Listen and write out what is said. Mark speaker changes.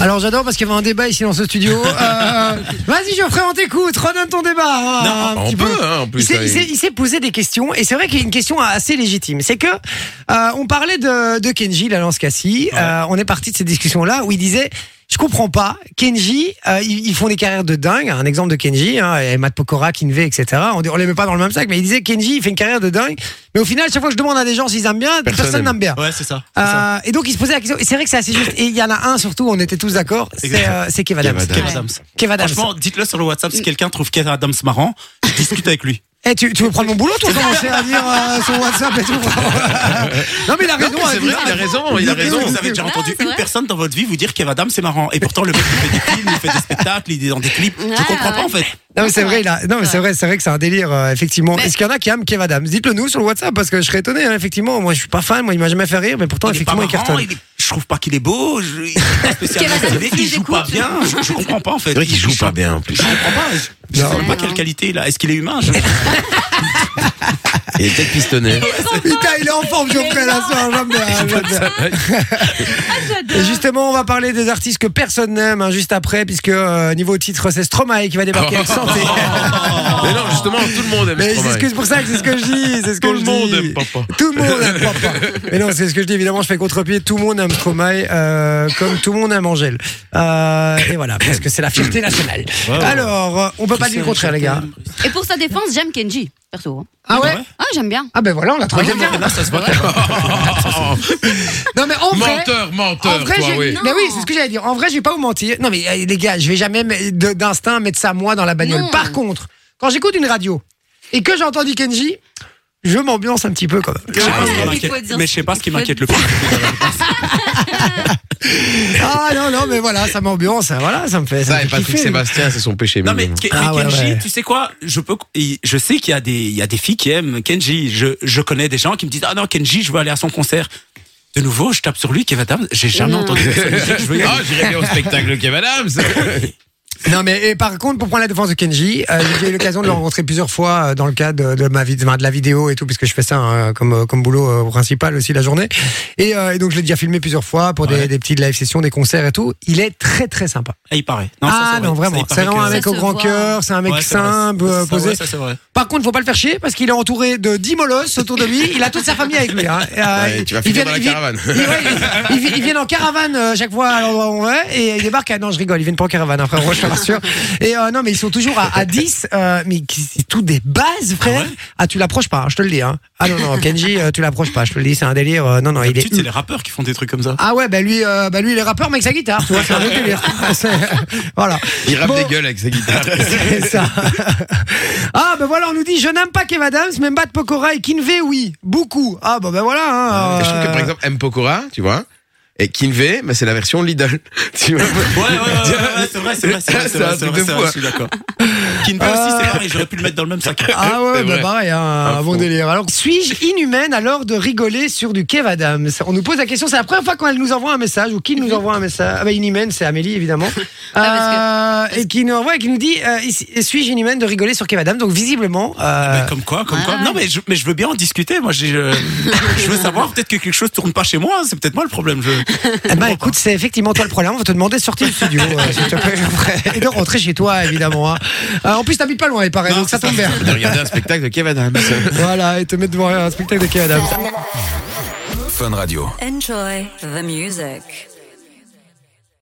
Speaker 1: Alors j'adore parce qu'il y avait un débat ici dans ce studio. Euh, Vas-y Geoffrey, on t'écoute, redonne ton débat. hein,
Speaker 2: Non,
Speaker 1: un
Speaker 2: on
Speaker 1: petit
Speaker 2: peut,
Speaker 1: peu.
Speaker 2: hein, en
Speaker 1: Il
Speaker 2: plus.
Speaker 1: s'est-
Speaker 2: hein,
Speaker 1: il s'est- il s'est posé des questions et c'est vrai qu'il y a une question assez légitime. C'est que euh, on parlait de, de Kenji, la lance Cassie. Euh, on est parti de ces discussions là où il disait. Je comprends pas. Kenji, euh, ils ils font des carrières de dingue. Un exemple de Kenji, hein, et Matt Pokora, Kinve, etc. On, dit- on les met pas dans le même sac, mais il disait Kenji, il fait une carrière de dingue. Mais au final, chaque fois que je demande à des gens s'ils aiment bien, personne
Speaker 2: Personne
Speaker 1: n'aime bien.
Speaker 3: Ouais, c'est ça. c'est ça.
Speaker 1: Euh, et donc il se posait la question. Et c'est vrai que c'est assez juste. Et il y en a un surtout, on était tous d'accord. C'est
Speaker 3: Exactement.
Speaker 1: euh, c'est Kev Adams.
Speaker 2: Kev Adams.
Speaker 1: Kev-
Speaker 3: Kev Adams.
Speaker 1: Kev Adams.
Speaker 3: Franchement, dites-le sur le WhatsApp si quelqu'un trouve Kev Adams marrant. Je discute avec lui.
Speaker 1: Eh, tu, tu veux prendre mon boulot toi commencer à dire euh, sur WhatsApp et tout. non mais il a raison.
Speaker 2: mais c'est
Speaker 1: hein,
Speaker 2: vrai, il a raison, il a raison.
Speaker 3: Vous avez déjà
Speaker 4: Ouais,
Speaker 3: entendu
Speaker 4: c'est
Speaker 3: une
Speaker 4: vrai.
Speaker 3: personne dans votre vie vous dire Kev Adams c'est marrant. Et pourtant, le mec, il fait des films, il fait des spectacles, il est dans des clips.
Speaker 4: Ouais,
Speaker 3: Je comprends pas
Speaker 4: ouais.
Speaker 3: en fait.
Speaker 1: Non mais c'est vrai, il a- non mais c'est vrai, c'est vrai que c'est un délire euh, effectivement.
Speaker 4: Mais-
Speaker 1: Est-ce qu'il y en a qui aiment Kev Adams Dites-le nous sur le WhatsApp parce que je serais étonné. hein, effectivement, moi je suis pas fan, moi il m'a jamais fait rire, mais pourtant
Speaker 3: Il est pas
Speaker 1: effectivement il
Speaker 3: marrant,
Speaker 1: cartonne.
Speaker 3: il est- je trouve pas qu'il est beau. Je... Il, est pas spécialement
Speaker 4: Kev Adams,
Speaker 3: stylé, il
Speaker 4: il
Speaker 3: joue pas
Speaker 4: écoute.
Speaker 3: bien. Je, je comprends pas en fait.
Speaker 2: C'est vrai qu'il joue pas bien en
Speaker 3: Je
Speaker 2: plus.
Speaker 3: comprends pas. Je, je
Speaker 1: Non.
Speaker 3: sais pas
Speaker 4: Ouais,
Speaker 3: quelle
Speaker 4: non.
Speaker 3: qualité il a. Est-ce qu'il est humain Je-
Speaker 2: Il est peut-être pistonné.
Speaker 1: Putain, il est en forme Geoffrey là, ce soir, j'aime bien, j'aime bien. Et justement, on va parler des artistes que personne n'aime hein, juste après, puisque euh, niveau titre, c'est Stromae qui va débarquer avec Santé.
Speaker 2: Mais non, justement, tout le monde aime
Speaker 1: Mais
Speaker 2: Oh, Stromae.
Speaker 1: c'est ce que- c'est pour ça que c'est ce que je dis. c'est Ce que
Speaker 2: Tout le
Speaker 1: je
Speaker 2: monde
Speaker 1: dis.
Speaker 2: aime Papa.
Speaker 1: Tout le monde aime Papa. Mais non, c'est ce que je dis. Évidemment, je fais contre-pied. Tout le monde aime Stromae, euh, comme tout le monde aime Angèle. Euh, et voilà, parce que c'est la fierté nationale. Alors, euh, on peut pas dire le contraire, les gars.
Speaker 4: Et pour sa défense, j'aime Kenji, perso. hein.
Speaker 1: Ah ouais
Speaker 4: Ah, j'aime bien.
Speaker 1: Ah ben voilà, on l'a trouvé.
Speaker 4: Ah,
Speaker 1: bien.
Speaker 4: non,
Speaker 3: ça se voit.
Speaker 1: Non mais en vrai.
Speaker 2: Menteur,
Speaker 1: En
Speaker 2: menteur,
Speaker 1: vrai,
Speaker 2: toi,
Speaker 1: je-
Speaker 2: oui.
Speaker 4: Non.
Speaker 1: mais oui, c'est ce que j'allais dire. En vrai, je vais pas vous mentir. Non, mais euh, les gars, je vais jamais me- de- d'instinct mettre ça moi dans la bagnole.
Speaker 4: Non.
Speaker 1: Par contre, quand j'écoute une radio et que j'ai entendu Kenji, je m'ambiance un petit peu quand même.
Speaker 3: Je sais pas ce qui
Speaker 4: Ouais,
Speaker 3: m'inquiète-
Speaker 4: il faut dire
Speaker 3: Mais je sais pas ce qui m'inquiète le plus.
Speaker 1: Ah non, non, mais voilà, ça m'ambiance. hein, Voilà, ça me fait. Ça, me
Speaker 2: Ça,
Speaker 1: fait
Speaker 2: et Patrick
Speaker 1: kiffer.
Speaker 2: Sébastien, c'est son péché.
Speaker 3: Non mais,
Speaker 2: mignon.
Speaker 3: Ke-
Speaker 1: Ah ouais,
Speaker 3: mais Kenji,
Speaker 1: ouais.
Speaker 3: tu sais quoi Je peux, il- je sais qu'il y a des, il y a des filles qui aiment Kenji. Je, je connais des gens qui me disent ah non Kenji, je veux aller à son concert. De nouveau, je tape sur lui, Kev Adams. J'ai jamais
Speaker 1: Mm.
Speaker 4: Non.
Speaker 3: entendu personne dire je veux y aller.
Speaker 2: Ah, j'irai bien au spectacle de Kev Adams.
Speaker 1: Non, mais et par contre, pour prendre la défense de Kenji, euh, j'ai eu l'occasion de le rencontrer plusieurs fois euh, dans le cadre de, de ma vie, enfin, de la vidéo et tout, puisque je fais ça hein, comme, euh, comme boulot euh, principal aussi la journée. Et, euh, et donc, je l'ai déjà filmé plusieurs fois pour des, des petites live sessions, des concerts et tout. Il est très très sympa.
Speaker 3: Ah, il paraît. Non, ça,
Speaker 1: ah
Speaker 3: c'est vrai.
Speaker 1: non,
Speaker 3: Ça,
Speaker 1: vraiment.
Speaker 3: il paraît
Speaker 1: C'est vraiment
Speaker 3: que-
Speaker 1: un mec
Speaker 4: Ça
Speaker 1: au
Speaker 4: se
Speaker 1: grand
Speaker 4: voit.
Speaker 1: cœur, c'est un mec
Speaker 3: Ouais, c'est vrai.
Speaker 1: simple,
Speaker 3: Ça,
Speaker 1: euh,
Speaker 3: ouais,
Speaker 1: posé.
Speaker 3: ça, c'est vrai.
Speaker 1: Par contre, faut pas le faire chier parce qu'il est entouré de 10 molosses autour de lui. Il a toute sa famille avec lui. Hein. Et, euh,
Speaker 2: Ouais, tu vas
Speaker 1: ils
Speaker 2: finir dans la
Speaker 1: ils viennent-
Speaker 2: caravane.
Speaker 1: Ils, ouais, ils- ils- ils viennent en caravane euh, chaque fois à l'endroit où on va et ils débarquent. à- non, je rigole, ils viennent pas en caravane, hein, frérot, je te rassure. Et euh, non, mais ils sont toujours à, à 10, euh, mais qui- c'est tout des bases, frère. Ah, tu l'approches pas, hein, je te le dis. Hein. Ah non, non, Kenji, euh, tu l'approches pas, je te le dis, c'est un délire. euh, non, non, il est.
Speaker 3: D'habitude, c'est les rappeurs qui font des trucs comme ça.
Speaker 1: Ah ouais, bah lui, euh, bah lui, il est rappeur, mais avec sa guitare, tu vois, c'est un autre délire. C'est- voilà.
Speaker 2: Il rappe
Speaker 1: Bon.
Speaker 2: des gueules avec sa guitare.
Speaker 1: C'est ça. Ah, ben voilà, on nous dit je n'aime pas Kev Adams, mais Matt Pokora et Kinvey, oui, beaucoup. Ah, ben ben voilà. hein,
Speaker 2: Je trouve que
Speaker 1: euh,
Speaker 2: par exemple, M. Pokora, tu vois, et Kinvey, mais c'est la version Lidl. Tu vois
Speaker 1: Ah.
Speaker 3: Ouais, ouais, ouais, ouais, ouais, c'est vrai, c'est vrai, c'est vrai, c'est
Speaker 2: C'est un
Speaker 3: vrai, c'est
Speaker 2: truc
Speaker 3: vrai,
Speaker 2: de
Speaker 3: c'est
Speaker 2: fou,
Speaker 3: vrai,
Speaker 2: hein.
Speaker 3: je suis d'accord. Kinpé aussi, c'est pareil, j'aurais pu le mettre dans le même sac.
Speaker 1: Ah ouais,
Speaker 2: C'est
Speaker 1: bah
Speaker 2: vrai. Ah,
Speaker 1: pareil, hein, un bon
Speaker 2: fond.
Speaker 1: délire. Alors, suis-je inhumaine alors de rigoler sur du Kev Adams On nous pose la question, c'est la première fois qu'elle nous envoie un message, ou qui nous envoie un message. Ah bah inhumaine, c'est Amélie, évidemment. Euh, Et qui nous envoie et qui nous dit, euh, ici, suis-je inhumaine de rigoler sur Kev Adams Donc, visiblement... euh,
Speaker 2: Ah, ben,
Speaker 3: Mais comme quoi, comme quoi. Non, mais je, mais je veux bien en discuter. Moi, j'ai, euh, je veux savoir peut-être que quelque chose tourne pas chez moi. hein. C'est peut-être moi le problème. Je...
Speaker 1: Eh ben, écoute, c'est effectivement toi le problème. On va te demander de sortir du studio, euh, s'il te plaît, après. Et de rentrer chez toi, évidemment. hein. Euh, en plus, t'habites pas loin, il paraît, donc ça tombe bien.
Speaker 2: De regarder un spectacle de Kev Adams.
Speaker 1: Voilà, et te mettre devant un spectacle de Kev Adams.
Speaker 5: Enjoy the music.